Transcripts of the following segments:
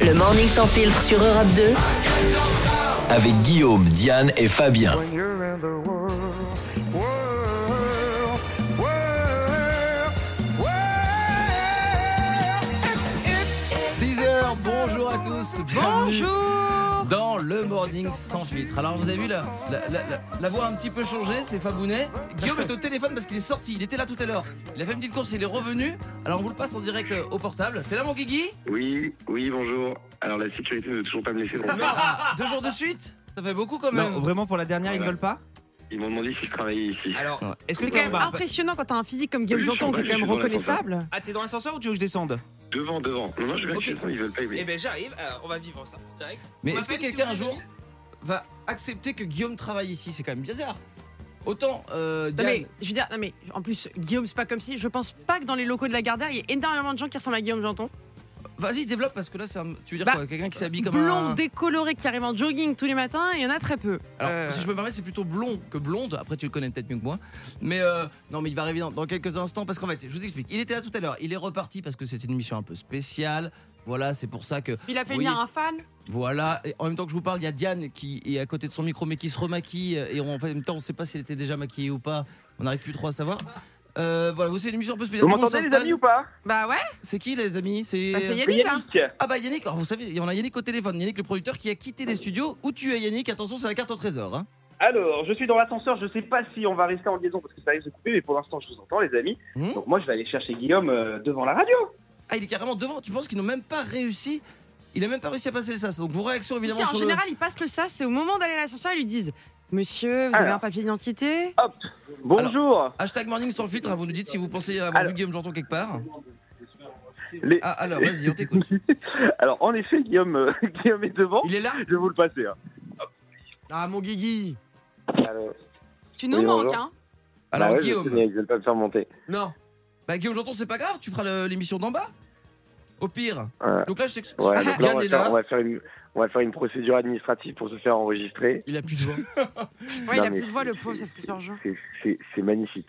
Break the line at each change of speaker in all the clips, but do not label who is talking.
Le Morning Sans Filtre sur Europe 2.
Avec Guillaume, Diane et Fabien.
When you're in the world, world, world, world. It- it-
6h, bonjour à tous. bienvenue
Bonjour
Dans le morning sans filtre. Alors vous avez vu la, la, la- la- la voix a un petit peu changé, c'est Fabounet. Guillaume est au téléphone parce qu'il est sorti, il était là tout à l'heure. Il a fait une petite course, il est revenu. Alors on vous le passe en direct euh, au portable. T'es là mon Guigui
Oui, oui, bonjour. Alors la sécurité ne veut toujours pas me laisser rentrer.
Ah, Deux jours de suite Ça fait beaucoup quand même.
Non, vraiment pour la dernière, ils
Voilà.
veulent pas
Ils m'ont demandé si je travaillais ici.
Alors,
Ouais.
est-ce que
C'est
t'es
quand même
en bas
impressionnant quand t'as un physique comme Guillaume
Oui, je suis
Janton qui
en
est
bas,
quand même
je suis dans
hein.
l'ascenseur.
reconnaissable.
Ah, t'es dans l'ascenseur ou tu veux que je descende
Devant, devant. Non, non, je vais
Ok.
bien ça, ils veulent pas
Eh
aimer.
ben, j'arrive, alors on va vivre ça. Direct.
Mais
On
est-ce que
m'appelle,
quelqu'un un
si vous
jour va accepter que Guillaume travaille ici C'est quand même bizarre. Autant euh,
Non mais,
Diane.
je veux dire, non mais, en plus, Guillaume, c'est pas comme si. Je pense pas que dans les locaux de la Gardère, il y ait énormément de gens qui ressemblent à Guillaume Janton.
Vas-y développe parce que là c'est un- tu veux dire
Bah,
quoi Quelqu'un qui s'habille comme
Blond,
un.
décoloré, qui arrive en jogging tous les matins, il y en a très peu.
Alors,
Euh,
si je me permets, c'est plutôt blond que blonde. Après, tu le connais peut-être mieux que moi. Mais euh, non, mais il va arriver dans, dans quelques instants parce qu'en fait, je vous explique. Il était là tout à l'heure. Il est reparti parce que c'était une mission un peu spéciale. Voilà, c'est pour ça que
Il a fait
Oui.
venir un fan.
voilà. Et en même temps que je vous parle, il y a Diane qui est à côté de son micro mais qui se remaquille et on- en fait, en même temps, on ne sait pas s'il était déjà maquillé ou pas. On n'arrive plus trop à savoir. Euh, voilà, vous c'est une émission un peu spéciale.
Vous
Tout le monde
m'entendez les
s'installe.
amis ou pas
Bah ouais,
C'est qui les amis C'est
bah, c'est
C'est
Yannick là.
Yannick
ah bah Yannick. Alors vous savez, on a Yannick au téléphone. Yannick le producteur qui a quitté les studios. Où tu es Yannick Attention, c'est la carte au trésor. hein.
Alors, je suis dans l'ascenseur, je sais pas si on va rester en liaison parce que ça risque de couper, mais pour l'instant je vous entends les amis.
Hmm
Donc moi je vais aller chercher Guillaume euh, devant la radio.
Ah, il est carrément devant. Tu penses qu'ils n'ont même pas réussi Il a même pas réussi à passer le sas. Donc vos réactions évidemment
Si, en
sur
général, ils passent le sas, c'est au moment d'aller à l'ascenseur, ils lui disent Monsieur, vous avez
Alors.
un papier d'identité
Bonjour
le hashtag morning sans filtre. hein, Vous nous dites si vous pensez avoir
Alors.
vu Guillaume Janton quelque part.
Les-
Ah, alors vas-y, on t'écoute.
Alors en effet Guillaume, euh, Guillaume est devant,
Il est là
je vais vous le passer. hein.
Ah, mon Guigui
Alors,
Tu nous
Oui,
manques,
bonjour.
hein
Alors
bah ouais, je sais,
Ah, Guillaume.
mais ils veulent pas me faire monter.
Non.
Bah Guillaume Janton, c'est pas grave. Tu feras le- l'émission d'en bas. Au pire.
Ouais.
Donc là, je t'explique.
Ouais, donc là, on
Yann
va,
est
faire, on
là.
va faire une, on va faire une procédure administrative pour se faire enregistrer.
Il a plus de voix.
Ouais, il
Non,
a
mais
plus de voix,
c'est-
le pauvre,
c'est-
ça fait plusieurs jours.
C'est- C'est c'est magnifique.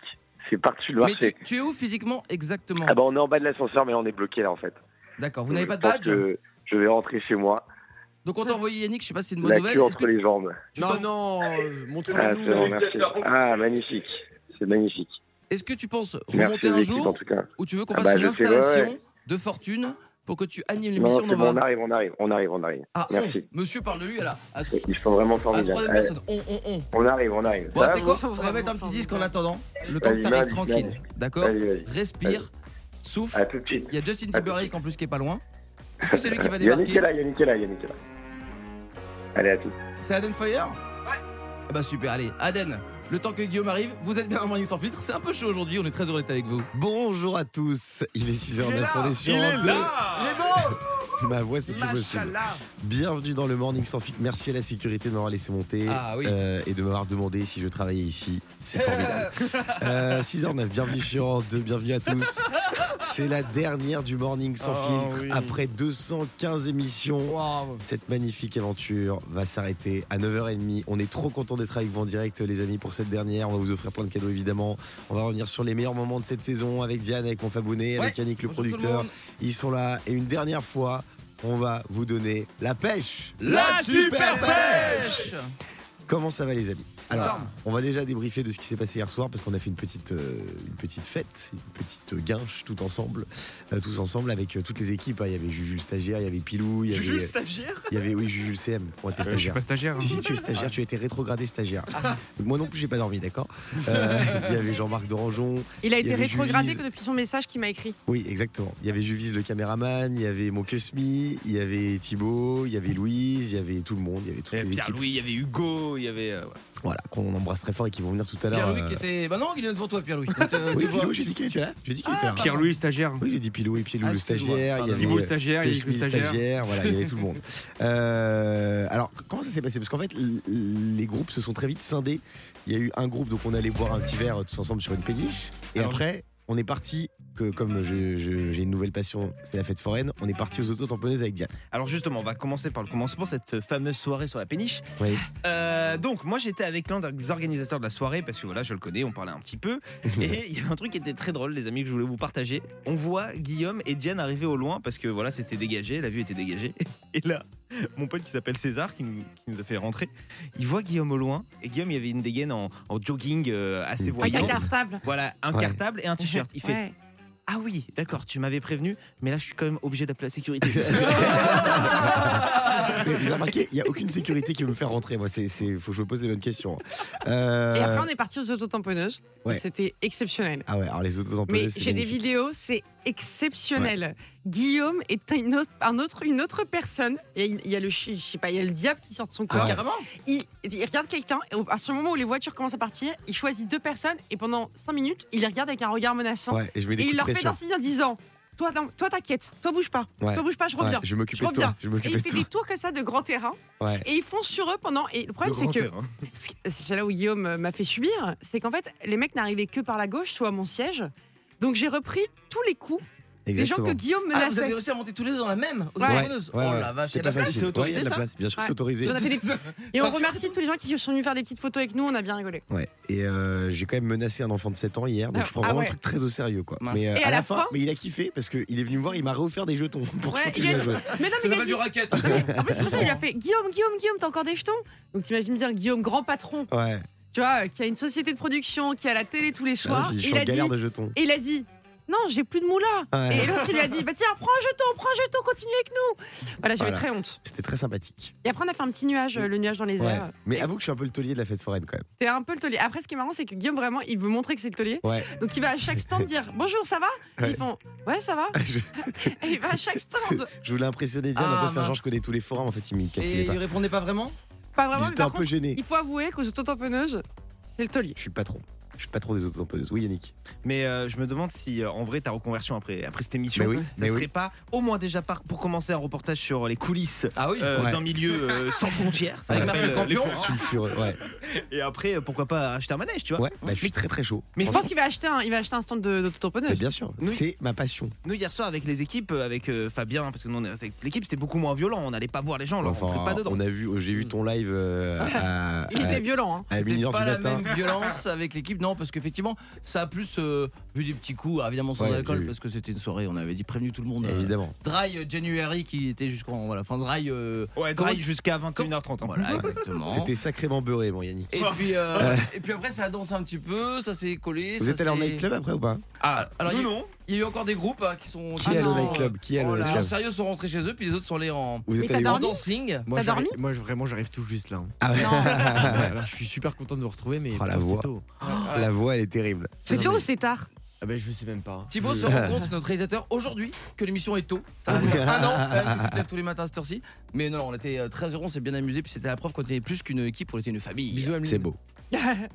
C'est par-dessus le
Mais tu,
marché.
tu es où physiquement exactement
Ah bah on est en bas de l'ascenseur mais là, on est bloqué là en fait. Euh,
D'accord. Vous n'avez
Je
pas de
pense
badge
que Je vais rentrer chez moi,
Donc on t'a envoyé Yannick. Je sais pas si c'est une bonne
la
nouvelle.
queue
Est-ce
entre
que
les jambes.
tu
Non,
t'en-
non, euh,
Ah,
montre-le-nous.
c'est bon, merci. Ah, magnifique. C'est magnifique.
est-ce que tu penses
Merci
remonter
aux
un
équipes, en
jour
tout cas.
ou tu veux qu'on
Ah
fasse
bah,
une
je sais, ouais, ouais.
installation de fortune pour que tu animes
Non,
l'émission
c'est
d'en
bon,
bas
on arrive, on arrive, on arrive, on arrive.
Ah, on.
Merci.
Monsieur parle de lui, là. À, à
Ils sont vraiment formidables.
troisième
Allez,
personne. On, on, on.
on arrive, on arrive.
Bon,
Ça
tu sais
va,
quoi
vous
On va mettre un petit
Formidable.
disque en attendant. Le temps que
Vas-y,
t'arrives
vas-y,
tranquille.
vous
D'accord
Vas-y, vas-y.
Respire. Souffle.
À tout de suite.
Il y a Justin
Vas-y.
Timberlake en plus qui est pas loin. Est-ce que c'est lui qui va
Yannick est
débarquer
là, Yannick est là, Yannick est là. Allez, à tout.
C'est Aden Fire Ouais. Ah bah super, allez. Aden, le temps que Guillaume arrive, vous êtes bien dans Morning sans filtre. C'est un peu chaud aujourd'hui, on est très heureux d'être avec vous.
Bonjour à tous, il est 6h09,
Il est là,
on est sur
il est
Europe
là,
deux. Ma voix
il
c'est
est
plus
beau
possible.
Machallah.
Bienvenue dans le Morning sans filtre, merci à la sécurité de m'avoir laissé monter
Ah oui.
euh, et de m'avoir demandé si je travaillais ici, c'est formidable. Euh, 6h09, bienvenue sur Europe 2, bienvenue à tous. C'est la dernière du Morning sans
Oh,
filtre,
oui.
après 215 émissions.
Waouh.
Cette magnifique aventure va s'arrêter à 9h30. On est trop content d'être avec vous en direct, les amis, pour cette dernière. On va vous offrir plein de cadeaux, évidemment. On va revenir sur les meilleurs moments de cette saison avec Diane, avec mon Fabonné, avec Yannick, le
Bonjour tout
producteur.
monde.
Ils sont là. Et une dernière fois, on va vous donner la pêche.
La super pêche
Comment ça va, les amis Alors,
Forme.
on va déjà débriefer de ce qui s'est passé hier soir parce qu'on a fait une petite, euh, une petite fête, une petite euh, guinche, tout ensemble. euh, tous ensemble avec euh, toutes les équipes. hein. Il y avait Juju le stagiaire, il y avait Pilou, il y
Juju, le
avait. euh,
stagiaire
Il y avait, oui, Juju le CM. On
Ah,
était stagiaire. hein.
stagiaire.
Si, si, tu es stagiaire, tu as été rétrogradé stagiaire. Moi non plus, j'ai pas dormi, d'accord Euh, Il y avait Jean-Marc Dorangeon.
Il a
Il y
été
avait
rétrogradé
Julise.
que depuis son message qu'il m'a écrit.
Oui, exactement. Il y avait Juvis, le caméraman. Il y avait Mokesmi. Il y avait Thibaut. Il y avait Louise. Il y avait tout le monde. Il y avait toutes
Il y avait
les
Pierre
équipes.
Louis, il y avait Hugo, il y avait. euh, ouais.
Voilà, qu'on embrasse très fort et qui vont venir tout à l'heure.
Pierre-Louis
euh,
qui était. Bah non, il est devant toi, Pierre-Louis. Donc, euh,
Oui,
tu vois.
Pilou, j'ai dit qu'il était là. J'ai dit qu'il était là.
Pierre Louis stagiaire.
Oui, j'ai dit Pilou et Pilou
Ah,
le
excuse-moi,
stagiaire. Il y
pardon.
avait-
Thibaut le stagiaire,
Tess
Yannick le
Smith,
stagiaire.
stagiaire, voilà, il y avait tout le monde. Euh, alors, comment ça s'est passé Parce qu'en fait, l- les groupes se sont très vite scindés. Il y a eu un groupe, donc on allait boire un petit verre tous ensemble sur une péniche. Et
Alors,
après, on est parti, que comme je- je- j'ai une nouvelle passion, c'est la fête foraine, on est parti aux auto-tamponneuses avec Diane.
Alors justement, on va commencer par le commencement, cette fameuse soirée sur la péniche.
Oui.
Euh, donc moi j'étais avec l'un des organisateurs de la soirée parce que voilà, je le connais, on parlait un petit peu. Et il y avait un truc qui était très drôle, les amis, que je voulais vous partager. On voit Guillaume et Diane arriver au loin parce que voilà, c'était dégagé, la vue était dégagée. Et là, mon pote qui s'appelle César, qui nous, qui nous a fait rentrer, il voit Guillaume au loin. Et Guillaume, il y avait une dégaine en, en jogging euh, assez
Avec un
voyant.
cartable.
Voilà, un
Ouais.
cartable et un t-shirt. Il fait
Ouais.
Ah oui, d'accord, tu m'avais prévenu, mais là je suis quand même obligé d'appeler la sécurité.
Mais vous avez remarqué, il n'y a aucune sécurité qui veut me faire rentrer. Moi, c'est, c'est- faut que je me pose des bonnes questions. Euh,
Et après, on est parti aux autotamponneuses.
Ouais.
C'était exceptionnel.
Ah ouais, alors les
Mais
auto-tamponneuses. c'est
j'ai des
magnifique.
vidéos, c'est exceptionnel. Guillaume est une autre, un autre, une autre personne. Et il il y a le, chi- je sais pas, il y a le diable qui sort de son corps.
Ah ouais.
Carrément. Il, il regarde quelqu'un. Et au- à ce moment où les voitures commencent à partir, il choisit deux personnes et pendant cinq minutes, il les regarde avec un regard menaçant.
Ouais, et je mets des
et il
coups de
leur fait
pression.
un signe en disant. Toi, non, toi, t'inquiète, toi bouge pas,
Ouais.
toi bouge pas, je
Ouais,
reviens.
je m'occupe
Je
de toi.
reviens.
Je
et
m'occupe
il
de
fait
toi.
des tours comme ça de grand terrain
Ouais.
et ils foncent sur eux pendant. Et le problème,
De
c'est
grand
que
terrain.
ce qui- c'est là où Guillaume euh, m'a fait subir, c'est qu'en fait, les mecs n'arrivaient que par la gauche, soit à mon siège. Donc j'ai repris tous les coups
Exactement.
des gens que Guillaume
Ah, vous avez
menaçait.
réussi à monter tous les deux dans la même
Ouais.
autotonneuse
Ouais, ouais,
Oh
ouais.
la vache, il y
C'était
a de la
pas
place,
facile.
c'est
Ouais, il y a
autorisé
de la
ça
place. Bien sûr que
Ouais.
c'est autorisé.
On a fait des- Et on remercie tous les gens qui sont venus faire des petites photos avec nous, on a bien rigolé.
Ouais. Et euh, j'ai quand même menacé un enfant de 7 ans hier, donc
Ah,
je prends
ah
vraiment
ouais.
un truc très au sérieux. Quoi.
Mince.
Mais euh,
Et
à, la, fin,
fin
mais il a kiffé parce qu'il est venu me voir, il m'a réoffert des jetons pour
Ouais,
continuer
il
à
a-
jouer.
Mais non,
Ça
mais il a
s'appelle
dit-
du racket.
Non, mais En plus, c'est pour ça il a fait Guillaume, Guillaume, Guillaume, t'as encore des jetons Donc t'imagines bien Guillaume, grand patron,
Ouais,
tu vois, euh, qui a une société de production, qui a la télé tous les
Ah,
soirs.
je
et
suis
il,
en
a dit,
galère de jetons.
et il a dit Non, j'ai plus de moula.
Ouais.
Et l'autre, il lui a dit Bah tiens, prends un jeton, prends un jeton, continue avec nous. Voilà, j'avais
Voilà.
très honte.
C'était très sympathique.
Et après, on a fait un petit nuage, euh, le nuage dans les
Ouais.
airs.
Mais avoue que je suis un peu le taulier de la fête foraine quand même.
T'es un peu le taulier. Après, ce qui est marrant, c'est que Guillaume, vraiment, il veut montrer que c'est le taulier.
Ouais.
Donc il va à chaque stand dire Bonjour, ça va
Ouais.
Ils font Ouais, ça va.
Je,
Et il va à chaque stand.
je voulais impressionner Diane,
Ah,
un peu faire genre
mince.
je connais tous les forums, en fait il me
Et
calculait
il
pas.
répondait pas vraiment
Pas vraiment, mais
J'étais un
par
peu
contre,
gêné.
il faut avouer qu'aux autotamponneuses, c'est le taulier.
Je suis pas trop. Je suis pas trop des autotamponneuses. Oui Yannick.
mais euh, je me demande si euh, en vrai ta reconversion après, après cette émission,
Mais oui,
ça
mais
serait
oui.
pas au moins déjà par, pour commencer un reportage sur les coulisses
Ah oui.
euh,
Ouais.
d'un milieu euh, sans frontières. ça
Avec
s'appelle,
Marcel
euh, les
Campion. hein.
Je suis furieux. Ouais.
frontières. Et après, euh, pourquoi pas acheter un manège, tu vois.
Ouais, bah, je suis très très chaud.
Mais
Je pense qu'il va acheter un, il va acheter un stand de-
Mais
d'autotamponneuse.
bien sûr,
Oui.
c'est ma passion.
Nous hier soir avec les équipes, euh, avec euh, Fabien, parce que nous on est resté avec l'équipe, c'était beaucoup moins violent. On n'allait pas voir les gens, on leur
Enfin,
rentrait pas dedans.
on a vu, j'ai vu ton live euh, à,
Il
à-
était violent. hein.
à 1h
C'était
du
pas la
matin.
même violence avec l'équipe, non, parce qu'effectivement, ça a plus euh, vu des petits coups, ah, évidemment sans
Ouais, j'ai
alcool,
vu.
parce que c'était une soirée, on avait dit prévenu tout le monde. euh,
Bah, Évidemment.
dry January qui était jusqu'en. Voilà, enfin, dry. euh,
Ouais,
Comment-
drive jusqu'à 21h30. hein.
voilà, exactement.
T'étais sacrément beurré, mon Yannick.
Et puis, euh, et puis après, ça a dansé un petit peu, ça s'est collé.
Vous
ça
êtes allé en
s'est-
nightclub après ou pas
Ah,
Alors,
alors
il-
non.
Il y a eu encore des groupes hein, qui sont.
Qui
Ah
est allé au
non.
nightclub Qui est allé au
Oh là, Les gens
nightclub
sérieux sont rentrés chez eux, puis les autres sont allés en,
Vous
Mais
êtes
t'as
allé
en
dormi
dancing.
Moi,
T'as
j'arrive-
dormi
moi je- vraiment, j'arrive tout juste là. hein.
Ah ouais.
Ouais, là, je suis super content de vous retrouver, mais
Oh, la
putain, c'est
voix.
tôt.
Euh,
La voix, elle est terrible.
C'est
Non,
tôt
mais-
ou c'est tard
Ah ben, je sais même pas.
Thibaut
Je-
se rend compte, notre réalisateur, aujourd'hui, que l'émission est tôt. Ça va faire un an, euh, que tu te lèves tous les matins à cette heure-ci. Mais non, on était euh, très heureux, on s'est bien amusé, puis c'était la preuve qu'on était plus qu'une équipe, on était une famille.
Bisous, Emeline.
C'est beau.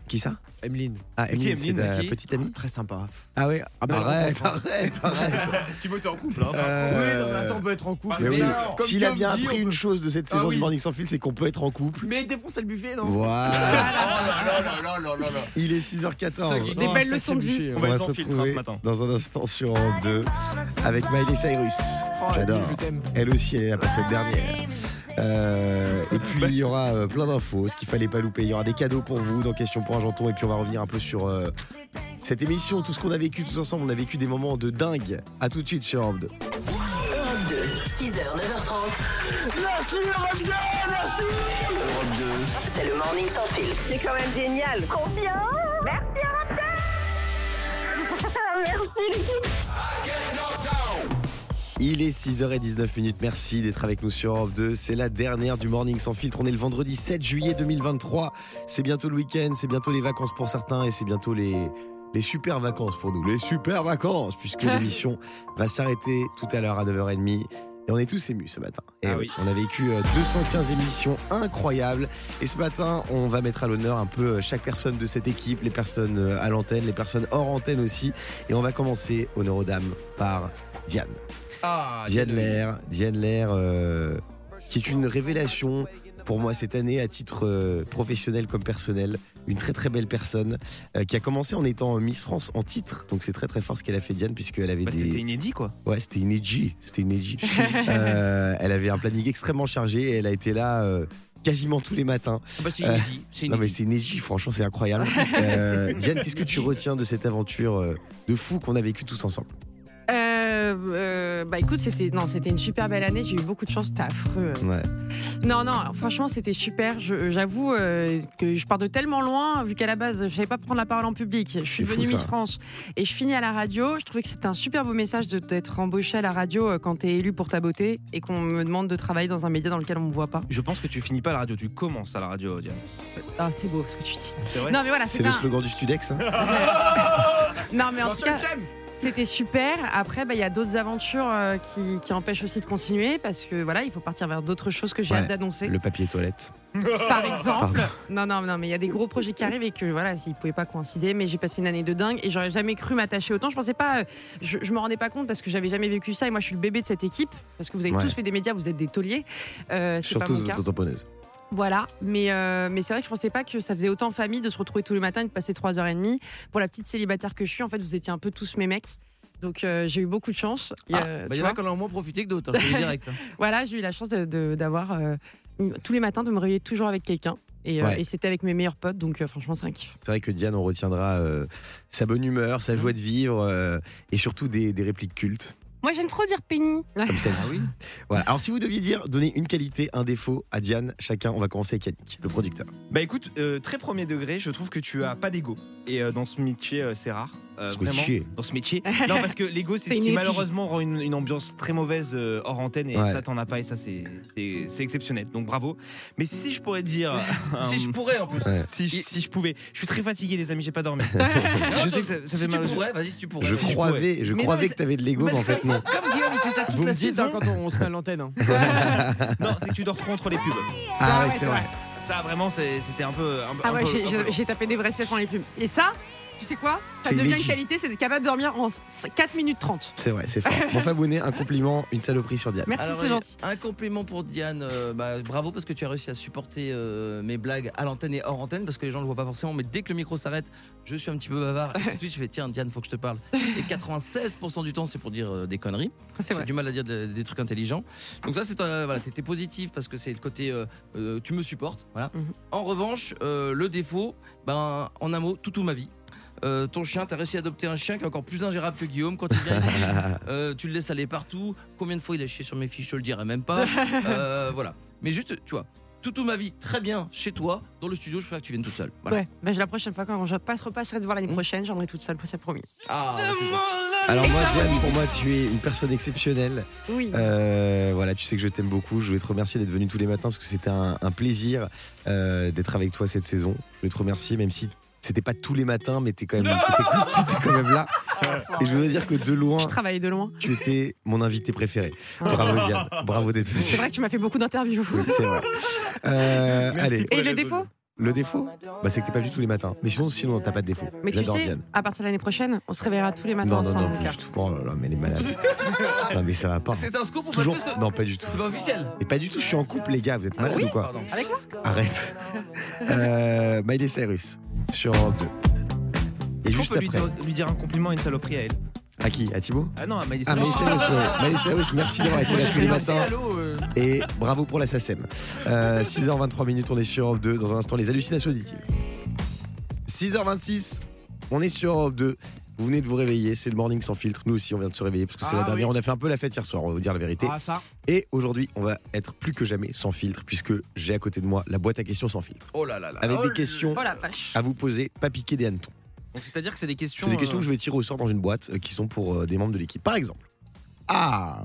Qui ça
Emeline.
Ah,
qui,
Emeline, c'est
Emeline,
ta
c'est qui
petite amie
Très sympa.
Ah ouais
Non,
Arrête,
non,
arrête, arrête.
Thibaut, t'es en couple, hein
Euh,
Oui, non, mais attends, on peut être en couple.
Mais
Mais
oui,
non,
comme
s'il a
Guillaume
bien
dit,
appris
on
une
peut-
chose de cette
Ah
saison du
oui.
Morning sans fil, c'est qu'on peut être en couple.
Mais défonce le buffet, non
Voilà.
Oh là là là là là là là.
Il est
Ça, c'est-
6h14.
Des
Oh,
belles
sacré
leçons de vie.
bûcher, hein.
On
On
va
va
être
se
en filtre hein, ce
retrouver
matin.
dans un instant sur Europe 2 avec Miley Cyrus.
Oh,
J'adore.
Je t'aime.
Elle aussi, elle est là pour cette dernière. Euh, et puis il y aura euh, plein d'infos, ce qu'il fallait pas louper. Il y aura des cadeaux pour vous dans Question pour un Janton. Et puis on va revenir un peu sur euh, cette émission, tout ce qu'on a vécu tous ensemble. On a vécu des moments de dingue. À tout de suite sur Europe 2.
Europe 2, 6h, 9h30.
Europe 2.
C'est le morning sans filtre.
C'est quand même génial. Combien Merci Europe 2 Merci l'équipe
Il est 6h19 minutes. Merci d'être avec nous sur Europe 2. C'est la dernière du Morning sans filtre. On est le vendredi 7 juillet 2023. C'est bientôt le week-end, c'est bientôt les vacances pour certains et c'est bientôt les les super vacances pour nous. Les super vacances puisque l'émission va s'arrêter tout à l'heure à 9h30. Et on est tous émus ce matin. Et
Ah
oui,
oui.
On a vécu euh, 215 émissions incroyables. Et ce matin, on va mettre à l'honneur un peu euh, chaque personne de cette équipe, les personnes euh, à l'antenne, les personnes hors antenne aussi. Et on va commencer, honneur aux dames, par Diane.
Ah,
Diane
Lair.
Lair, Diane Lair, euh, qui est une révélation pour moi cette année, à titre euh, professionnel comme personnel. Une très très belle personne euh, qui a commencé en étant Miss France en titre. Donc c'est très très fort ce qu'elle a fait Diane puisqu'elle avait
Bah,
des...
C'était inédit, quoi.
Ouais, c'était une edgy. C'était une edgy. Euh, elle avait un planning extrêmement chargé et elle a été là euh, quasiment tous les matins.
Bah, c'est
Euh,
inédit. c'est
non, mais
inédit.
c'est une edgy, franchement, c'est incroyable. Euh, Diane, qu'est-ce que tu retiens de cette aventure euh, de fou qu'on a vécue tous ensemble
Euh, euh, bah écoute, c'était non, c'était une super belle année. J'ai eu beaucoup de chance. C'était affreux.
Ouais.
Non, non, franchement, c'était super. Je- J'avoue euh, que je pars de tellement loin, vu qu'à la base, je ne savais pas prendre la parole en public. Je suis
C'est fou,
devenue
ça.
Miss France et je finis à la radio. Je trouvais que c'était un super beau message de- d'être embauchée à la radio euh, quand tu es élu pour ta beauté et qu'on me demande de travailler dans un média dans lequel on ne me voit pas.
Je pense que tu finis pas à la radio, tu commences à la radio, Diane.
Ah, c'est beau ce que tu dis.
C'est vrai
Non, mais voilà, c'est
C'est le
pas.
slogan du Studex. hein
Non, mais en tout cas. C'était super. Après, bah, il y a d'autres aventures euh, qui, qui empêchent aussi de continuer parce que voilà, il faut partir vers d'autres choses que j'ai
Ouais.
hâte d'annoncer.
le papier toilette.
Par exemple.
Pardon.
Non, non, non, mais il y a des gros projets qui arrivent et que voilà, ils pouvaient pas coïncider. Mais j'ai passé une année de dingue et j'aurais jamais cru m'attacher autant. Je pensais pas, euh, je, je me rendais pas compte parce que j'avais jamais vécu ça. Et moi, je suis le bébé de cette équipe parce que vous avez
Ouais.
tous fait des médias, vous êtes des tauliers. Euh, c'est pas
Surtout
mon
aux
cas.
entrepreneuses.
Voilà, mais, euh, mais c'est vrai que je pensais pas que ça faisait autant famille de se retrouver tous les matins et de passer 3h30. Pour la petite célibataire que je suis, en fait, vous étiez un peu tous mes mecs. Donc euh, j'ai eu beaucoup de chance. Et,
Ah,
euh,
bah,
tu
il y en a
vois,
qui en ont moins profité que d'autres, hein, je te le dis direct. hein.
Voilà, j'ai eu la chance de- de- d'avoir euh, une- tous les matins de me réveiller toujours avec quelqu'un. Et, euh,
Ouais.
et c'était avec mes meilleurs potes, donc euh, franchement, c'est un kiff.
C'est vrai que Diane, on retiendra euh, sa bonne humeur, sa joie de vivre euh, et surtout des, des répliques cultes
Moi, j'aime trop dire Penny.
comme celle-ci.
Ah oui.
Voilà. Alors, si vous deviez dire, donner une qualité, un défaut à Diane, chacun, on va commencer avec Yannick, le producteur.
Bah écoute, euh, très premier degré, je trouve que tu as pas d'ego. Et euh, dans ce métier, euh, c'est rare. Euh,
Ce
vraiment.
métier.
Dans ce métier. Non, parce que l'ego, c'est
C'est
ce qui
inédit.
malheureusement rend une, une ambiance très mauvaise euh, hors antenne. Et
Ouais.
ça, t'en as pas. Et ça, c'est c'est- c'est exceptionnel. Donc bravo. Mais si je pourrais dire. euh,
Ah, Si je pourrais en plus.
Ouais.
si je- si je pouvais. Je suis très fatigué, les amis, j'ai pas dormi. je sais que ça, ça fait
Si tu
mal. aux yeux.
pourrais, vas-y, si tu pourrais.
Je
si je
croyais, je
Mais non,
croyais
mais
que t'avais de l'ego,
Parce
mais en
que
fait, non.
Comme Guillaume, il fait ça toute
Vous me
la
dites
saison.
hein, quand on, on se met à l'antenne. hein.
Non, c'est que tu dors trop entre les pubs.
Ah, ouais,
ouais,
c'est
c'est
vrai.
Ça, vraiment, c'est- c'était un peu. un peu-
Ah
un
ouais,
peu-
j'ai-
un peu-
j'ai j'ai tapé des vrais sièges dans les plumes. Et ça, tu sais quoi Ça
C'est
devient
inédit.
une qualité, c'est d'être capable de dormir en 4 minutes 30.
C'est vrai, c'est fort. Mon Fabonnet, un compliment, une saloperie sur Diane.
Merci,
Alors,
c'est
euh,
gentil.
un compliment pour Diane. euh, bah, bravo parce que tu as réussi à supporter euh, mes blagues à l'antenne et hors antenne parce que les gens ne le voient pas forcément. Mais dès que le micro s'arrête, je suis un petit peu bavard. Et tout de suite, je fais tiens, Diane, faut que je te parle. Et 96% du temps, c'est pour dire euh, des conneries.
Ah, C'est
J'ai
vrai.
du mal à dire de- des trucs intelligents. Donc ça, c'est euh, voilà, t'étais positif parce que c'est le côté euh, euh, tu me supportes. Voilà.
Mhm.
En revanche, euh, le défaut, ben en un mot, toutou ma vie. Euh, ton chien, t'as réussi à adopter un chien qui est encore plus ingérable que Guillaume quand il vient ici. euh, tu le laisses aller partout. Combien de fois il a chié sur mes fiches, je le dirai même pas. Euh, voilà. Mais juste, tu vois, toutou ma vie, très bien chez toi. Dans le studio, je préfère que tu viennes tout seul. Voilà.
Ouais, bah, la prochaine fois, quand je passe- repasserai te voir l'année
Mm.
prochaine, j'en ai toute seule, c'est promis.
Ah, c'est bon.
Alors, moi, Diane, pour moi, tu es une personne exceptionnelle.
Oui.
Euh, voilà, tu sais que je t'aime beaucoup. Je voulais te remercier d'être venu tous les matins parce que c'était un, un plaisir euh, d'être avec toi cette saison. Je voulais te remercier, même si c'était pas tous les matins, mais t'es quand même, t'étais, t'étais quand même là. Et je voudrais dire que de loin,
Je travaille de loin.
tu étais mon invité préféré. Bravo Diane, bravo d'être
C'est
venu.
vrai que tu m'as fait beaucoup d'interviews.
Oui, c'est vrai. Euh,
Merci
allez,
pour
Et
les
le
réseaux.
défaut
le défaut, bah, c'est que t'es pas venu tous les matins. Mais sinon, sinon t'as pas de défaut.
Mais tu
J'adore
sais,
Diane.
à partir de l'année prochaine, on se réveillera tous les matins
Non, non,
ensemble,
non,
mon
plus
cœur.
du tout. Oh là là, mais elle est malade. Non, mais ça va pas.
C'est un scoop ou pas
Toujours.
parce que-
Non, pas du tout.
C'est pas officiel.
Mais pas du tout, je suis en couple, les gars. Vous êtes malades ou quoi
Pardon.
Avec moi
Arrête. Euh, Miley Cyrus sur Europe 2. Et
Est-ce qu'on
juste
peut lui
après,
dire, lui dire un compliment et une saloperie à elle
à qui À Thibaut
Ah non, à Miley
Ah, Miley
Cyrus.
Cyrus, ouais. Miley Cyrus, merci d'avoir été là tous les matins. Et bravo pour la SACEM. Euh, 6h23 minutes, on est sur Europe 2. Dans un instant, les hallucinations auditives. 6h26, on est sur Europe 2. Vous venez de vous réveiller, c'est le morning sans filtre. Nous aussi, on vient de se réveiller parce que c'est
Ah
la dernière.
oui.
On a fait un peu la fête hier soir, on va vous dire la vérité.
Ah, ça.
Et aujourd'hui, on va être plus que jamais sans filtre puisque j'ai à côté de moi la boîte à questions sans filtre.
Oh là là là.
Avec
Oh
des
là
questions
Oh la vache.
à vous poser, pas piquer des hannetons.
Donc c'est-à-dire que c'est des questions.
C'est des questions
euh,
que je vais tirer au sort dans une boîte euh, qui sont pour euh, des membres de l'équipe. Par exemple. Ah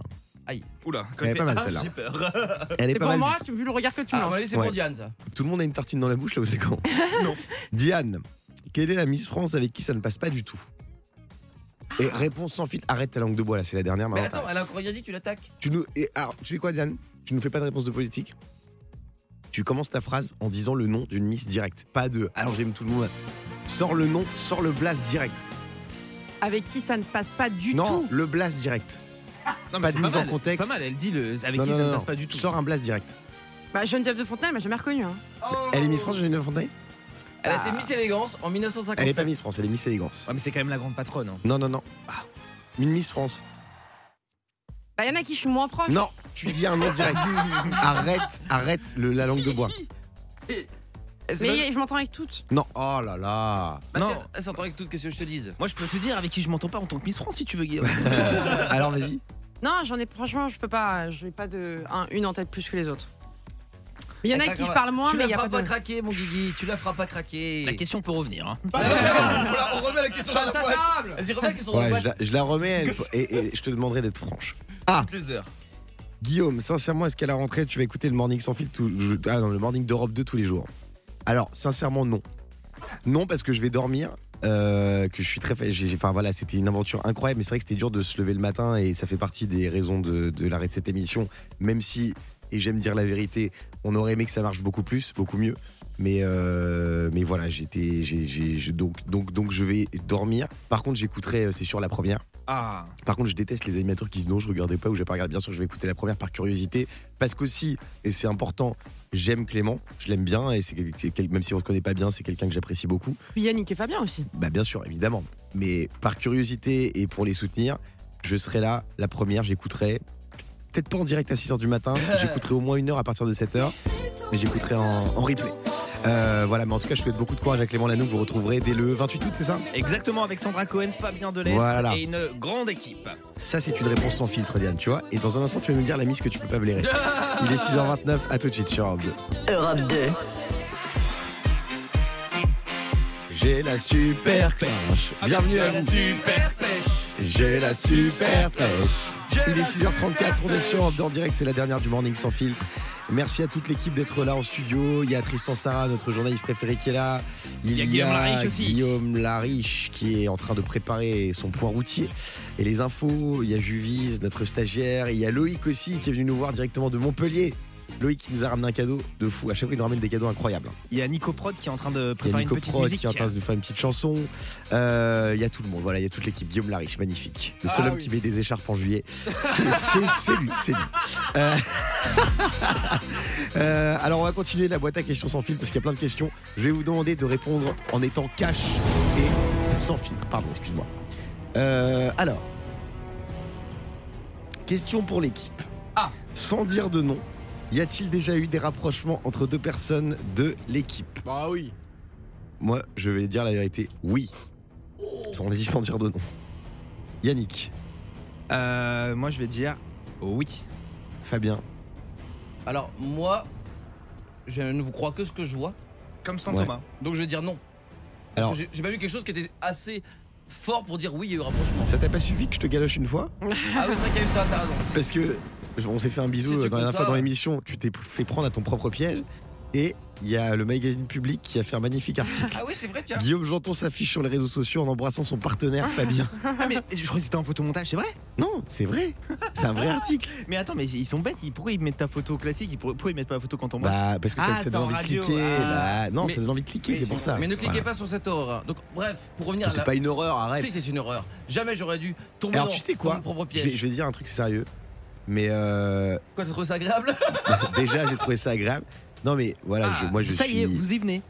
Oula, quand
Elle est
fait-
pas mal,
Ah,
celle-là.
J'ai peur.
Elle est
C'est
pas
pour
mal.
moi,
du
tu, vu le regard que tu me
Ah,
lances.
ouais, c'est
Ouais. Bah,
pour Diane ça.
tout. Tout le monde a une tartine dans la bouche là où c'est quand
Non.
Diane, quelle est la Miss France avec qui ça ne passe pas du tout Et réponse sans filtre. Arrête ta langue de bois là, c'est la dernière.
Mais
maintenant.
attends, elle a encore rien dit, tu l'attaques.
Tu nous. et alors, tu fais quoi, Diane Tu nous fais pas de réponse de politique Tu commences ta phrase en disant le nom d'une Miss directe. Pas de. Alors j'aime tout le monde. Sors le nom, sors le blast direct.
Avec qui ça ne passe pas du
non,
tout.
le blast direct.
Non, mais
Pas de
c'est
mise en
mal.
contexte.
C'est Pas mal, elle dit le, avec
Non,
qui
non,
ça
non,
ne
non.
passe pas du tout.
Sors un blast direct.
Bah, Geneviève de Fontenay, elle m'a jamais reconnue. hein.
Elle est Miss France, Geneviève Fontenay
Oh.
Ah,
Elle a été Miss Élégance en 1957.
Ah. Elle est pas Miss France, elle est Miss Élégance.
mais c'est quand même la grande patronne. hein.
Non, non, non. Ah. Une Miss France.
Bah, y en a qui je suis moins
Ah,
proche.
Non, tu dis un nom direct. arrête, arrête le- la langue de bois.
C'est pas-
Mais je m'entends avec toutes.
Non, oh là là.
Bah,
Non.
si, elle s'entend avec tout, qu'est-ce que je te dise
Moi, je peux te dire avec qui je m'entends pas en tant que Miss France si tu veux, Guillaume.
Alors vas-y.
Non, j'en ai franchement, je peux pas. J'ai pas de un- une en tête plus que les autres. Il y en a
Attends,
qui
attends,
je parle moins,
tu
mais
la
il y a
feras
pas
pas,
de.
craquer, mon Guigui, tu la feras pas craquer.
la question peut revenir. hein.
Voilà, on remet la question dans sa table. Vas-y, remets la question dans la
Ouais, je
boîte.
la, je la remets elle, et, et je te demanderai d'être franche.
Toutes les heures.
Guillaume, sincèrement, est-ce qu'à la rentrée, tu vas écouter le Morning sans fil tout, ah non, le Morning d'Europe 2 tous les jours Alors, sincèrement, non. Non, parce que je vais dormir. euh, que je suis très. fa- j'ai- j'ai- Enfin voilà, c'était une aventure incroyable, mais c'est vrai que c'était dur de se lever le matin et ça fait partie des raisons de, de l'arrêt de cette émission. Même si, et j'aime dire la vérité, on aurait aimé que ça marche beaucoup plus, beaucoup mieux. Mais, euh, mais voilà, j'étais. j'ai- j'ai- je- Donc, donc, donc je vais dormir. Par contre, j'écouterai, euh, c'est sûr, la première.
Ah,
Par contre, je déteste les animateurs qui disent non, je regardais pas ou j'ai pas regardé. Bien sûr, je vais écouter la première par curiosité. Parce qu'aussi, et c'est important, j'aime Clément, je l'aime bien, et c'est quel- c'est quel- même si on se connaît pas bien, c'est quelqu'un que j'apprécie beaucoup.
Puis Yannick et Fabien aussi.
Bah, bien sûr, évidemment. Mais par curiosité et pour les soutenir, je serai là, la première, j'écouterai. Peut-être pas en direct à 6h du matin, j'écouterai au moins une heure à partir de 7h, mais j'écouterai en, en replay. Euh, voilà, mais en tout cas, je souhaite beaucoup de courage à Clément Lanoux, que vous retrouverez dès le 28 août, c'est ça
exactement avec Sandra Cohen, Fabien Delay
Voilà.
et une grande équipe.
Ça, c'est une réponse sans filtre, Diane, tu vois. Et dans un instant, tu vas nous dire la mise que tu peux pas blairer. Il est 6h29, à tout de suite sur Europe 2.
Europe 2.
J'ai la super cloche.
Ah,
Bienvenue
Bah,
à vous.
Super pêche.
J'ai la super cloche. Il est 6h34, on est sur Europe 2 en direct, c'est la dernière du Morning sans filtre. Merci à toute l'équipe d'être là en studio. Il y a Tristan Sarah, notre journaliste préféré qui est là.
Il y a Guillaume Lariche aussi.
Guillaume Lariche qui est en train de préparer son point routier. Et les infos, il y a Juvise, notre stagiaire. Il y a Loïc aussi qui est venu nous voir directement de Montpellier. Loïc qui nous a ramené un cadeau de fou. À chaque fois, il nous ramène des cadeaux incroyables.
Il y a Nico Prod qui est en train de
Il y a
préparer
Nico
une petite
Prod
musique.
qui est en train de nous faire une petite chanson. Euh, il y a tout le monde, voilà, il y a toute l'équipe. Guillaume Lariche, magnifique. Le
Ah
seul homme qui met des écharpes en juillet. C'est- C'est c'est lui, c'est lui. Euh, euh, alors on va continuer la boîte à questions sans fil parce qu'il y a plein de questions. Je vais vous demander de répondre en étant cash et sans filtre. Pardon, excuse-moi. Euh, alors, question pour l'équipe.
Ah.
Sans dire de nom, y a-t-il déjà eu des rapprochements entre deux personnes de l'équipe
Bah oui.
moi, je vais dire la vérité. Oui. On dit sans dire de nom. Yannick,
Euh, moi, je vais dire oui.
Fabien.
Alors, moi, je ne vous crois que ce que je vois.
Comme Saint
Ouais.
Thomas.
Donc, je vais dire non. Parce
Alors-
que j'ai j'ai pas vu quelque chose qui était assez fort pour dire oui, il y a eu rapprochement.
Ça t'a pas suffi que je te galoche une fois
Ah oui, c'est vrai qu'il y a eu ça, t'as raison.
Parce que on s'est fait un
Si
bisou
tu
dans la dernière
comptes
fois
ça.
dans l'émission. Tu t'es fait prendre à ton propre piège. Et il y a le magazine public qui a fait un magnifique article.
Ah oui, c'est vrai, tiens.
Guillaume Janton s'affiche sur les réseaux sociaux en embrassant son partenaire Fabien.
Ah, mais je crois que c'était un photomontage, c'est vrai Ah.
Non, c'est vrai. C'est un vrai article.
Mais attends, mais ils sont bêtes. ils- Pourquoi ils mettent ta photo classique Ils pourraient- Pourquoi ils mettent pas la photo quand on voit
Bah, parce que ça,
Ah,
ça
c'est
donne
en
envie
radio.
de cliquer.
Ah.
Bah, non,
Mais-
ça donne envie de cliquer, c'est pour ça.
Mais ne cliquez
Voilà.
pas sur cette horreur. Donc, bref, pour revenir à
C'est
la.
pas une horreur, arrête.
Si, c'est une horreur. Jamais j'aurais dû tomber
Alors,
dans,
tu sais
dans
quoi
mon propre
Je vais,
piège.
je vais dire un truc sérieux. Mais euh,
Quoi, t'as trouvé ça agréable
Déjà, j'ai trouvé ça agréable. Non mais voilà,
Ah,
je- moi je
ça
suis
y est, vous y venez.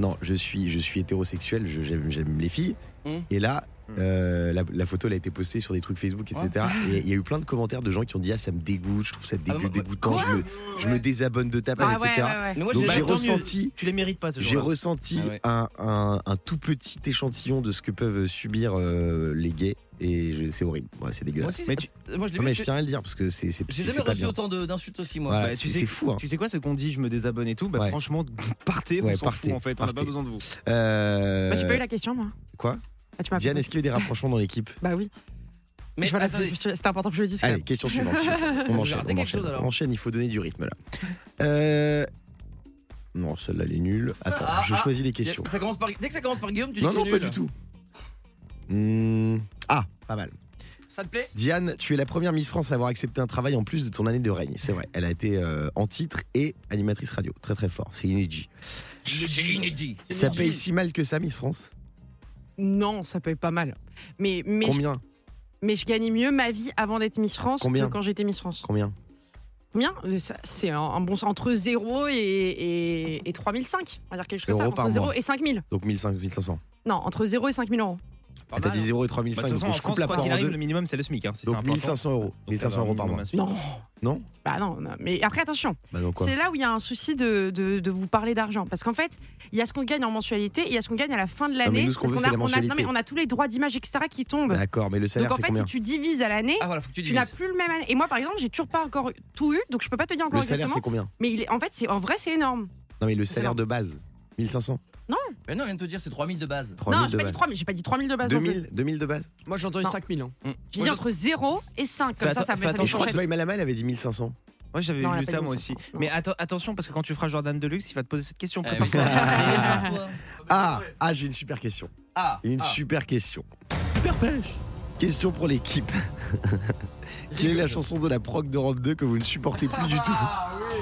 non, je suis je suis hétérosexuel, je- j'aime j'aime les filles.
Hmm.
Et là,
Hmm.
euh, la, la photo elle a été postée sur des trucs Facebook, etc. Et il y a eu plein de commentaires de gens qui ont dit ah ça me dégoûte, je trouve ça dégue-
Ah, moi-
dégoûtant, je me, je me désabonne de ta page,
Ah ouais,
etc.
ouais, ouais.
Mais moi,
Donc
j'ai-
j'ai
tant mieux.
ressenti
Tu les mérites pas, ce
j'ai
genre.
ressenti
Ah ouais.
un, un- un tout petit échantillon de ce que peuvent subir euh, les gays et je- c'est horrible, Ouais, c'est
Moi
dégueulasse.
aussi,
Mais tu-
moi, je l'ai
Non,
vu,
mais
je-
je tiens à le dire parce que c'est c'est
J'ai
c'est
jamais
pas
reçu
bien.
autant de- d'insultes aussi, moi.
Voilà,
Bah, tu
c'est
sais-
c'est fou. hein.
Tu sais quoi, ce qu'on dit, je me désabonne et tout Bah,
Ouais.
franchement, partez,
Ouais,
on s'en
partez,
fout en fait, on n'a pas
partez.
besoin de vous.
Euh,
Bah, j'ai pas eu la question, moi.
quoi
Ah, tu m'as
Diane,
pas-
est-ce qu'il y a eu des rapprochements dans l'équipe
Bah oui.
Mais
Mais voilà,
attendez.
je- je- c'est important que je le dise. quand
Allez,
même.
question suivante. On
J'ai
enchaîne,
raté
on
quelque
enchaîne,
chose, alors.
on enchaîne, il faut donner du rythme là. Euh... Non, celle-là elle est nulle. Attends,
Ah,
je
ah,
choisis les questions.
Ça commence par... Dès que ça commence par Guillaume, tu dis
Non,
que
non,
t'es
pas
nul. hein.
du tout. Hmm, Ah, pas mal.
Ça te plaît
Diane, tu es la première Miss France à avoir accepté un travail en plus de ton année de règne. C'est vrai, elle a été euh, en titre et animatrice radio. Très très fort, c'est inédit.
C'est inédit.
Ça paye si mal que ça, Miss France
Non, ça peut être pas mal. Mais, mais, je,
Combien
mais je gagnais mieux ma vie avant d'être Miss France
Combien
que quand j'étais Miss France.
Combien
Combien Euh, ça- C'est un, un bon entre 0 et, et, et 3005. On va dire quelque chose comme ça.
Euros
Entre
par
0
mois.
et 5000.
Donc 1500, 1500.
Non, entre 0 et 5000 euros.
Ah, T'as dit 0 et 3500.
Bah, de toute façon,
donc
en
je
France,
coupe la
quoi
part
qu'il
en
arrive,
deux.
le minimum, c'est le SMIC. hein, si c'est
Donc
important.
1500 euros.
Donc, t'as
1500 euros par
un
mois.
minimum à
Non.
suivre.
Non
Bah non, non. Mais après, attention.
Bah donc quoi
C'est là où il y a un souci de, de- de vous parler d'argent. Parce qu'en fait, il y a ce qu'on gagne en mensualité et il y a ce qu'on gagne à la fin de l'année.
Ah, nous, ce qu'on
Parce
veut, c'est
qu'on a-
la
on a- non, mais
mensualité.
on a tous les droits d'image, etc. qui tombent.
Bah, D'accord, mais le salaire,
Donc en
c'est
fait,
combien
si tu divises à l'année,
Ah voilà, faut que tu
tu n'as
divises.
plus le même année. Et moi, par exemple, j'ai toujours pas encore tout eu, donc je peux pas te dire encore
Le salaire,
exactement.
c'est combien
Mais il est, en fait, c'est en vrai, c'est énorme.
Non, mais le salaire de base 1500
Mais non, on vient de te dire, c'est 3000 de base.
3000
non, j'ai
de
pas dit
base
3 mais j'ai pas dit 3000 de base. non plus.
2000 2000 de base
Moi j'entends
Non.
5000. Hein.
J'ai dit entre 0 et 5, comme
Fais
ça, ça
atten-
fait ça
fais
fait
Et je crois que
fourchette.
Loïc Malamal avait dit 1500.
Moi j'avais
Non, elle a
vu
pas
ça
dit
moi
ça.
aussi.
Non.
Mais atten- attention parce que quand tu feras Jordan Deluxe, il va te poser cette question.
Eh
comme
oui.
toi. bah,
Ah, ah j'ai une super question.
Ah,
Une
ah.
super question. Super pêche Question pour l'équipe. Quelle est la chanson de la prog d'Europe 2 que vous ne supportez plus du tout
Ah, oui.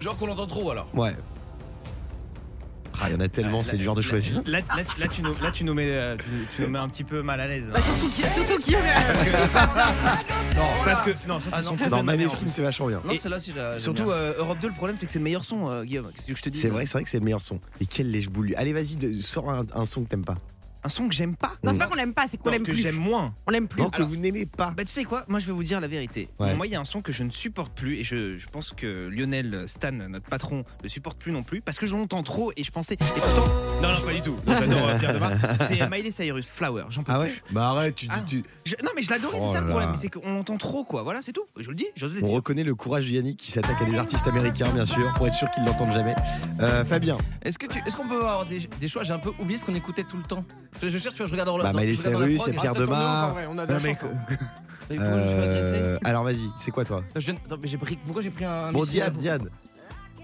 Genre qu'on l'entend trop alors.
Ouais. Ah, il y en a tellement, c'est dur de choisir.
Là, là, tu- là, tu nous, là, tu nous mets, euh, tu, nous- tu nous mets un petit peu mal à l'aise. hein. là.
Bah, surtout qu'il surtout euh, qu'il y a-
Non,
Parce que non, ça c'est
Ah,
son
non.
copain
Non,
de ma mère, en
Maneskin,
plus.
c'est vachement bien.
Non,
Et
celle-là, si je la- j'aime
Surtout
bien.
euh, Europe 2, le problème c'est que c'est le meilleur son, euh, Guillaume. Qu'est-ce que je te dis
C'est vrai, c'est vrai que c'est le meilleur son. Et quel lèche boulu. Allez, vas-y, de- sors un, un son que t'aimes pas.
Un son que j'aime pas.
Non, c'est pas qu'on l'aime pas, c'est qu'on
Non,
l'aime
que
plus.
j'aime moins.
On l'aime plus.
Non, que vous n'aimez pas.
Bah tu sais quoi, moi je vais vous dire la vérité.
Ouais.
Moi il y a un son que je ne supporte plus et je, je pense que Lionel Stan, notre patron, ne supporte plus non plus parce que je l'entends trop et je pensais. Et pourtant, non non pas du tout. J'adore euh, Pierre Demar. C'est Miley Cyrus, Flower. J'en peux
Ah
plus.
ouais Bah arrête, tu dis.
Ah.
tu-
Je- non mais je l'adorais,
Oh
c'est ça le
là
problème.
là.
Mais c'est qu'on l'entend trop quoi. Voilà, c'est tout. Je le dis, j'ose le
On
dire.
reconnaît le courage de Yannick qui s'attaque à des artistes américains, bien sûr, pour être sûr qu'ils l'entendent jamais. Euh, Fabien,
Est-ce que tu, est-ce qu'on peut avoir des, des choix J'ai un peu oublié ce qu'on écoutait tout le temps. Je, je cherche, tu vois, je regarde dans le.
Bah,
dans-
Miley
je regarde dans la Ah,
Cyrus,
prog,
c'est
et-
Pierre
Ça tombe bien,
Demar.
enfin, vrai, on a de la
Non, mais
chance, hein.
Ah, mais pourquoi je me suis agressé
euh, alors vas-y, c'est quoi toi
Je viens- attends, mais j'ai pris, pourquoi j'ai pris un.
Bon,
mais c'est-
Diane, Diane.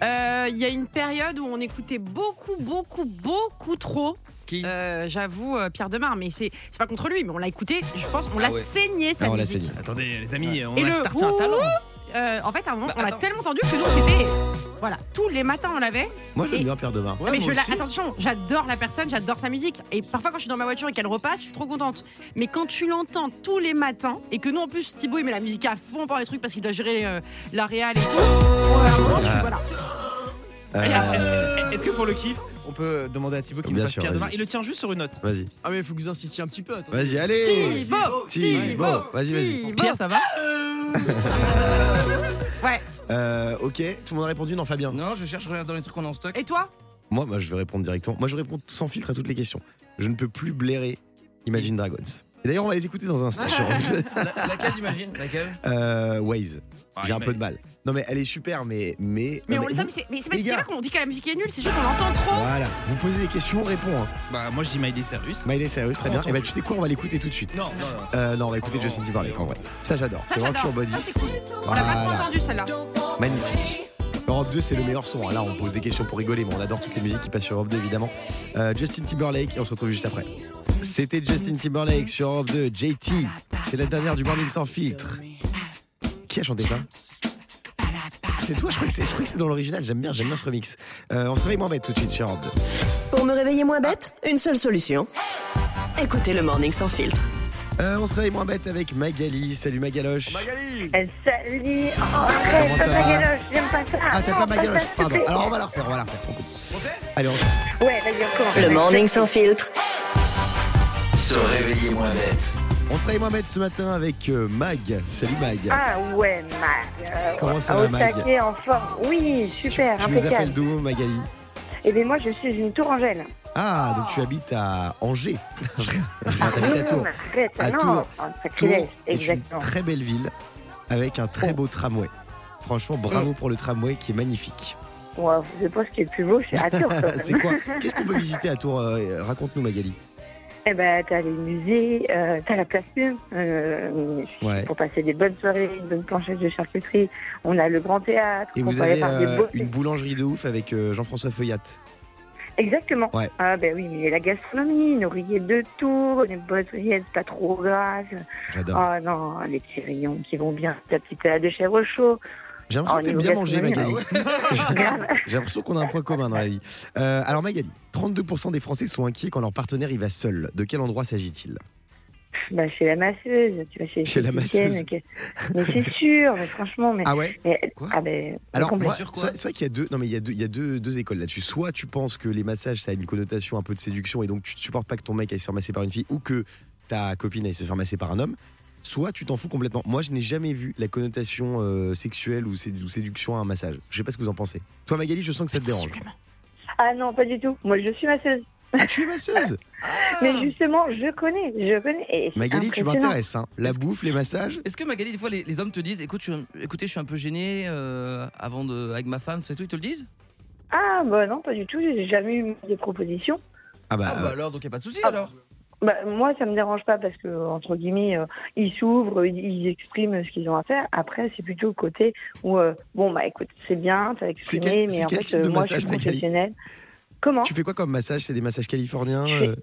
Euh, Il y a une période où on écoutait beaucoup, beaucoup, beaucoup trop.
Qui
euh, J'avoue, euh, Pierre Demar, mais c'est c'est pas contre lui, mais on l'a écouté, je pense, on
Ah
l'a
ouais.
saigné sa
Ah, on l'a
musique.
saigné.
Attendez les amis, on
Et
a
le
starté un talent.
Euh, en fait, à un moment,
Bah,
on l'a
attends.
tellement entendu que nous, c'était. Voilà, tous les matins, on l'avait.
Moi j'aime
Et-
bien Pierre Demar.
Ah,
Ouais,
mais
moi
je la-
aussi.
attention, j'adore la personne, j'adore sa musique. Et parfois, quand je suis dans ma voiture et qu'elle repasse, je suis trop contente. Mais quand tu l'entends tous les matins, et que nous, en plus, Thibaut, il met la musique à fond par les trucs parce qu'il doit gérer euh, la réal et tout. Ouais, à un moment, je
Ah.
suis- voilà.
Ah,
Euh,
Est-ce que pour le kiff, on peut demander à Thibaut qu'il nous
Bien
fasse
sûr,
Pierre Demar
vas-y.
Il le tient juste sur une note.
Vas-y,
Ah mais faut que vous insistiez un petit peu. attendez.
vas-y, allez
Thibaut
Thibaut, vas-y, vas-y.
Thibaut.
Pierre, ça va
Ouais.
Euh, ok, tout le monde a répondu, non Fabien
Non, je cherche je regarde dans les trucs qu'on a en stock.
Et toi
Moi, moi, je vais répondre directement. Moi, je réponds sans filtre à toutes les questions. Je ne peux plus blairer Imagine Dragons. Et d'ailleurs, on va les écouter dans un instant. sur-
La- laquelle, imagine Laquelle
Euh, Waves.
Ah,
J'ai un
mais-
peu de mal. Non, mais elle est super, mais. mais
Mais
non,
on
mais
ça,
vous-
mais c'est mais c'est pas
les
c'est
gars.
pas qu'on dit que la musique est nulle, c'est juste qu'on l'entend trop.
Voilà. Vous posez des questions, on répond. hein.
Bah moi je dis Miley Cyrus.
Miley Cyrus, très bien. Et bah, tu sais quoi, on va l'écouter tout de suite.
Non, non, non.
Euh, non, on va écouter Justin Timberlake en vrai. Ça, j'adore.
Ça,
C'est vraiment
Ah,
pure
j'adore.
body.
Ça, c'est cool. On l'a pas trop
Voilà.
entendu, celle-là.
Magnifique. Europe 2, c'est le meilleur son. Là, on pose des questions pour rigoler, mais on adore toutes les musiques qui passent sur Europe 2, évidemment. Euh, Justin Timberlake, et on se retrouve juste après. C'était Justin Timberlake sur Europe 2, JT. C'est la dernière du Morning Sans Filtre. Qui a chanté ça C'est toi, je crois que c'est je crois que c'est dans l'original. J'aime bien, j'aime bien ce remix. Euh, on se réveille moins bête tout de suite sur Europe 2.
Pour me réveiller moins bête, une seule solution. Écoutez le Morning Sans Filtre.
Euh, on se réveille moins bête avec Oh, Magali. Salut Magaloche.
Euh, Salut
Ah,
Oh,
Comment
arrête,
ça
pas
va
ma galoche, j'aime pas ça
Ah, t'as
Non,
pas
ça,
Magaloche,
s'il te
pardon.
plaît.
Alors on va la refaire, on va la refaire. Allez, on
Ouais, vas-y, on commence.
Le Morning Sans Filtre.
Se réveiller moins bête.
On sera et Mohamed ce matin avec euh, Mag. Salut Mag.
Ah ouais, Mag. euh,
Comment ça
au
va, Mag
taquet, en forme. Oui, super,
tu nous appelles
impeccable.
d'où Magali
Et bien moi, je suis une tourangelle.
Ah, donc tu habites à Angers. Je rigole,
Non,
T'habites à
non,
Tours.
mais arrête,
À
non,
Tours.
un
Tours
sacrilège,
est une
Ah, exactement. Oh.
très belle ville avec un très beau tramway. Franchement,
Mm.
bravo pour le tramway qui est magnifique.
Ouais, je pense qu'il est le plus beau, c'est à Tours. quand même.
C'est quoi Qu'est-ce qu'on peut visiter à Tours euh, Raconte-nous Magali.
Eh ben, t'as les musées, euh, t'as la place Plume, euh,
Ouais.
pour passer des bonnes soirées, une bonne planchette de charcuterie. On a le Grand Théâtre.
Et
on
vous
peut aller
avez
voir des
euh,
beaux-
une boulangerie de ouf avec euh, Jean-François Feuillat.
Exactement.
Ouais.
Ah ben oui, mais la gastronomie, nos rillettes de Tours, les bonnes rillettes pas trop grasses.
J'adore.
Ah non, les petits rayons qui vont bien, la petite salade de chèvre chaud.
J'ai l'impression
oh,
que t'aimes
niveau
bien manger Magali.
gastronomie,
J'ai l'impression qu'on a un point commun dans la vie. Euh, alors Magali, 32% des Français sont inquiets quand leur partenaire y va seul. De quel endroit s'agit-il
Bah, chez la masseuse, tu vas chez,
Chez la
l'esthéticienne,
masseuse.
que- Mais c'est sûr, mais franchement. Mais,
Ah ouais
mais- ah ben,
Alors,
complètement.
moi, c'est c'est vrai qu'il y a deux, non mais il y a deux, il y a deux, deux écoles là-dessus. Soit tu penses que les massages ça a une connotation un peu de séduction et donc tu ne supportes pas que ton mec aille se faire masser par une fille ou que ta copine aille se faire masser par un homme. Soit tu t'en fous complètement. Moi, je n'ai jamais vu la connotation euh, sexuelle ou, sé- ou séduction à un massage. Je sais pas ce que vous en pensez. Toi, Magali, je sens que ça te dérange.
Ah non, pas du tout. Moi, je suis masseuse.
Ah, tu es masseuse
Mais justement, je connais, je connais. et c'est
Ah. Magali, tu
impressionnant.
m'intéresses. hein. La bouffe, les massages.
Est-ce que Magali, des fois, les, les hommes te disent écoute, je, suis un- écoutez, je suis un peu gêné euh, avant de, avec ma femme, tout ça et tout, ils te le disent
Ah bah non, pas du tout. J'ai jamais eu de proposition.
Ah bah,
alors, donc il n'y a pas de souci
Ah.
alors
Bah, moi, ça me dérange pas parce que, entre guillemets, euh, ils s'ouvrent, ils- ils expriment ce qu'ils ont à faire. Après, c'est plutôt le côté où, euh, bon, bah écoute, c'est bien, t'as exprimé,
quel- c'est
mais en
quel
fait,
type de
euh, moi, je suis
massage, Magali
professionnelle. Comment
euh, Tu fais quoi comme massage C'est des massages californiens euh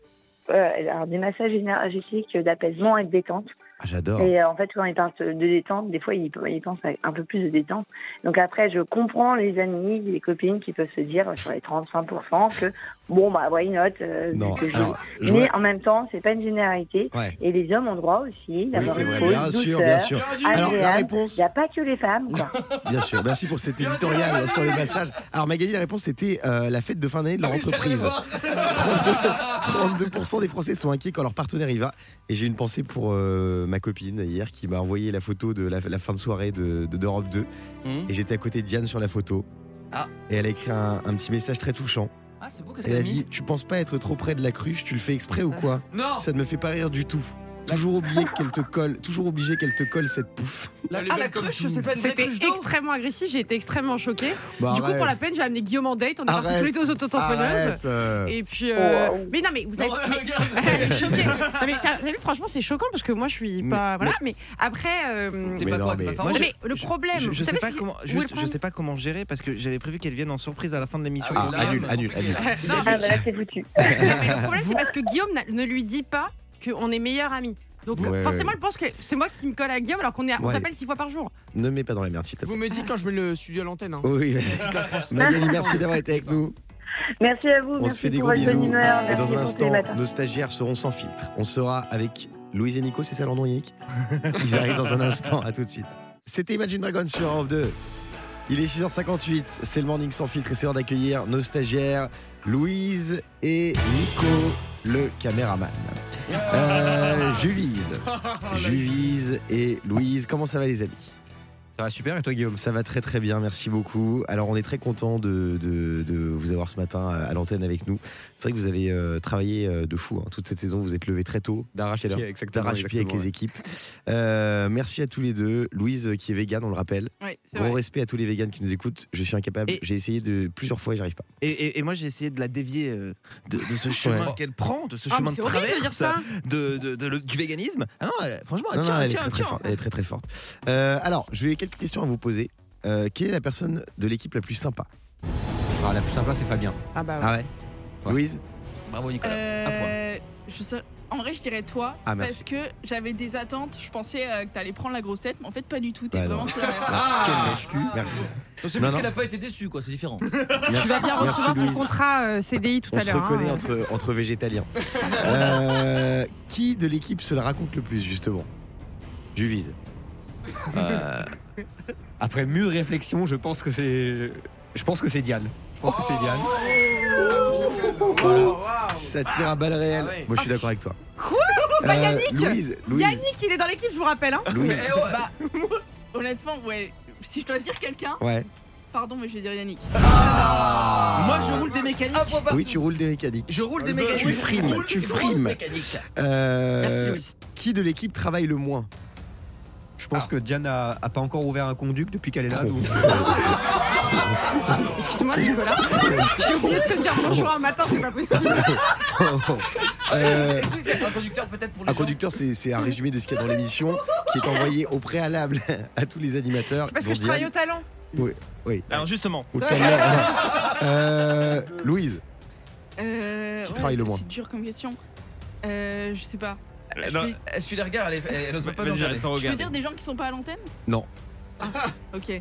Euh, alors, des massages énergétiques, euh, d'apaisement et de détente.
Ah, j'adore.
Et euh, en fait, quand ils partent de détente, des fois, ils, ils pensent à un peu plus de détente. Donc après, je comprends les amis, les copines qui peuvent se dire euh, sur les 35% que, bon, bah, why not euh,
Non,
vu que je-
alors, je
Mais
vois-
en même temps, c'est pas une généralité.
Ouais.
Et les hommes ont le droit aussi d'avoir
c'est
une
vrai,
pause
bien sûr,
douceur,
bien sûr. Alors, la
agréable. Il n'y a pas que les femmes, quoi. Ah,
Bien sûr, merci pour cet éditorial là, sur les massages. Alors Magali, la réponse c'était euh, la fête de fin
Ah
d'année de leur entreprise. 32, 32% des Français sont inquiets quand leur partenaire y va. Et j'ai une pensée pour euh, ma copine hier qui m'a envoyé la photo de la, la fin de soirée de de- d'Europe 2.
Mhm.
Et j'étais à côté de Diane sur la photo.
Ah.
Et elle a écrit un, un petit message très touchant.
Ah, c'est beau, qu'est-ce
Elle
qu'elle
a
a mis
dit Tu penses pas être trop près de la cruche, tu le fais exprès ou quoi
Ah.
Non
Ça ne me fait pas rire du tout. Toujours obligé qu'elle te colle, toujours obligé qu'elle te colle cette pouffe.
Ah, la cruche, c'est pas une vraie
C'était
cruche d'eau
extrêmement agressif, j'ai été extrêmement choquée.
Bah,
du coup,
arrête.
pour la peine, j'ai amené Guillaume en date, on est partis
Arrête.
tous les deux aux auto-tamponneuses.
Arrête, euh.
Et puis. euh,
Wow.
Mais non, mais vous avez.
Non,
mais-
regarde.
Elle est choquée. Non, mais t'as- t'as vu, franchement, c'est choquant parce que moi, je suis
Mais-
pas. voilà, mais, après. euh,
T'es pas Mais non, quoi, t'es pas mais- farouche.
Mais le problème.
Je,
vous
je sais
savez
pas
ce qui-
comment,
où est le
juste, je
problème
sais pas comment gérer parce que j'avais prévu qu'elle vienne en surprise à la fin de l'émission.
Ah, annule, annule, annule.
Non,
Ah, bah là, c'est foutu.
Le problème, c'est parce que Guillaume n'a- ne lui dit pas qu'on est meilleurs amis. Donc,
Ouais,
forcément,
ouais.
elle pense que c'est moi qui me colle à Guillaume alors qu'on est à- on
Ouais.
s'appelle six fois par jour.
Ne mets pas dans la merde, s'il te plaît.
Vous me dites quand je mets le studio à l'antenne. Hein.
Oui,
Toute la France.
Magali,
Ah.
merci d'avoir été avec nous.
Merci à vous.
On se
merci
fait des
pour
gros
votre bonne
bisous.
humeur,
Et
Ah,
dans
merci pour
un
tous les
instant,
matins.
nos stagiaires seront sans filtre. On sera avec Louise et Nico, c'est ça leur nom, Yannick Ils arrivent dans un instant, à tout de suite. C'était Imagine Dragon sur Europe 2. Il est 6h58, c'est le morning sans filtre et c'est l'heure d'accueillir nos stagiaires Louise et Nico, le caméraman. Euh, Juvise. Juvise et Louise, comment ça va les amis
Ça va super et toi Guillaume
Ça va très très bien, merci beaucoup. Alors on est très content de, de- de vous avoir ce matin à l'antenne avec nous. C'est vrai que vous avez euh, travaillé euh, de fou hein. toute cette saison, vous êtes levé très tôt.
D'arrache-pied,
Quelle heure
exactement,
D'arrache-pied avec
exactement,
les
ouais.
équipes. Euh, merci à tous les deux. Louise euh, qui est végane, on le rappelle.
Ouais, c'est
Gros
vrai.
respect à tous les véganes qui nous écoutent. Je suis incapable, j'ai essayé de plusieurs fois et j'arrive pas.
Et, et- et moi, j'ai essayé de la dévier euh, de, de ce chemin
Ouais.
qu'elle prend, de ce
Ah, mais
chemin de
c'est horrible de
traverse,
dire ça.
de- de- de le- du véganisme. Ah non, euh, franchement,
Non,
tiens,
non, elle,
tiens,
est très, très
tiens.
forte, elle est très très forte. Euh, alors, je vais quelques questions à vous poser. Euh, quelle est la personne de l'équipe la plus sympa
Ah, la plus sympa, c'est Fabien.
Ah bah
Ah ouais Louise
Bravo Nicolas.
Euh, je sais- En vrai, je dirais toi,
Ah,
parce
merci.
que j'avais des attentes. Je pensais euh, que t'allais prendre la grosse tête, mais en fait, pas du tout. T'es
Bah non.
vraiment sur la merde.
Ah
Merci, quel lèche-cul. Merci.
Non, C'est
Non,
parce
non.
qu'elle n'a pas été déçue, quoi, c'est différent.
Tu vas bien
Merci,
recevoir ton
Louise.
contrat euh, CDI tout
On
à
se
l'heure. hein.
reconnaît entre, entre végétaliens. Euh, qui de l'équipe se la raconte le plus, justement Juvise.
Euh, après mûre réflexion, je pense que c'est. Je pense que c'est Diane. Je pense que c'est Diane.
Ça tire à balles réelles. Moi, je suis d'accord avec toi.
Quoi
Euh,
Ah, Bah, Yannick
Louise, Louise.
Yannick, il est dans l'équipe, je vous rappelle. Hein.
Louise.
oh,
Bah, honnêtement, ouais. Si je dois dire quelqu'un,
Ouais.
pardon, mais je vais dire Yannick.
Ah.
Moi, je roule des mécaniques.
bah. Oui, tu roules des mécaniques.
Je roule des
Tu
mécaniques.
Tu frimes, tu
Grosse
frimes.
mécanique.
Euh,
Merci, Louise.
Qui de l'équipe travaille le moins
Je pense que Diane a, a pas encore ouvert un conduc depuis qu'elle est là. donc-
Excuse-moi, Nicolas. J'ai oublié de te dire bonjour un matin, c'est pas possible. Ah.
Euh,
Est-ce que c'est un conducteur peut-être pour les
Un conducteur, c'est c'est un résumé de ce qu'il y a dans l'émission qui est envoyé au préalable à tous les animateurs.
C'est parce
dont
que je travaille
Diane.
au talent.
Oui, oui.
Alors justement.
Ou le temps de l'air. Euh, Louise,
Euh,
Qui
ouais,
travaille le moins
C'est dur comme question. Euh, je sais pas.
gens Elle suit- Elle suit les regards, elle, est- elle, elle ose pas
Vas-y,
nous
j'arrête ton
Je peux
regard.
Ah,
dire des gens qui sont pas à l'antenne
Non.
Ah, Ok.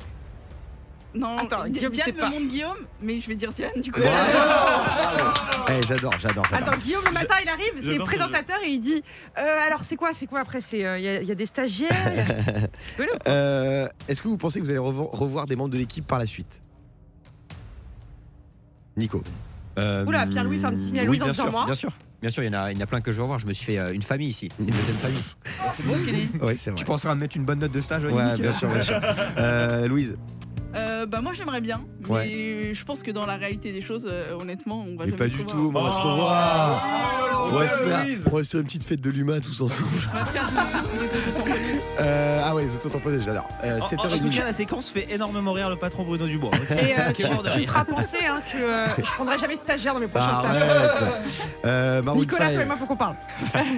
Non,
Attends,
Di-
Guillaume,
Diane
c'est
me
pas.
montre Guillaume, mais je vais dire Diane du coup.
Eh, j'adore, j'adore. j'adore.
Attends, Guillaume, le matin, il arrive, c'est le
J'adore ce jeu.
présentateur et il dit Euh, Alors, c'est quoi C'est quoi après C'est, euh, Il y, a- il y a des stagiaires il y a-
Euh, Est-ce que vous pensez que vous allez revo- revoir des membres de l'équipe par la suite Nico.
Oula, Pierre-Louis fait un petit signe à
Euh, oui,
Louise en
bien
disant
sûr,
moi.
Bien sûr, bien sûr, il y, en a, il y en a plein que je vais revoir. Je me suis fait euh, une famille ici. C'est une deuxième famille.
C'est beau ce qu'elle dit.
Ouais, c'est vrai.
Tu penseras à me mettre une bonne note de stage,
Ouais, bien sûr, bien sûr. Euh, Louise.
Euh, bah moi j'aimerais bien, mais
Ouais.
je pense que dans la réalité des choses, euh, honnêtement, on va
Mais
jamais
pas
se
du
revoir.
tout, mais on va se
Oh,
revoir. On va se faire- on va se faire une petite fête de l'humain tous ensemble.
On va se faire des- des autotamponnés.
Euh, ah ouais, les autotamponnés, j'adore. Euh,
Oh, En- en-
7h30.
En tout cas, la séquence fait énormément rire le patron Bruno Dubois.
Et euh,
Qui
tu,
est mort de
tu
rire.
feras penser hein, que euh, je prendrai jamais de stagiaire dans mes prochains stages.
Bah, Arrête. Euh, Maroon
Nicolas,
five.
toi et moi, faut qu'on parle.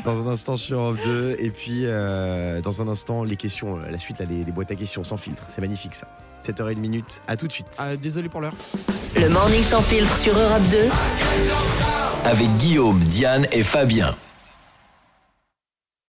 Dans un instant sur Europe 2 et puis euh, dans un instant les questions, euh, la suite là, des, des boîtes à questions sans filtre, c'est magnifique ça. 7h01 minute, à tout de suite.
Euh,
désolé pour l'heure.
Le morning sans filtre sur Europe 2.
Avec Guillaume, Diane et Fabien.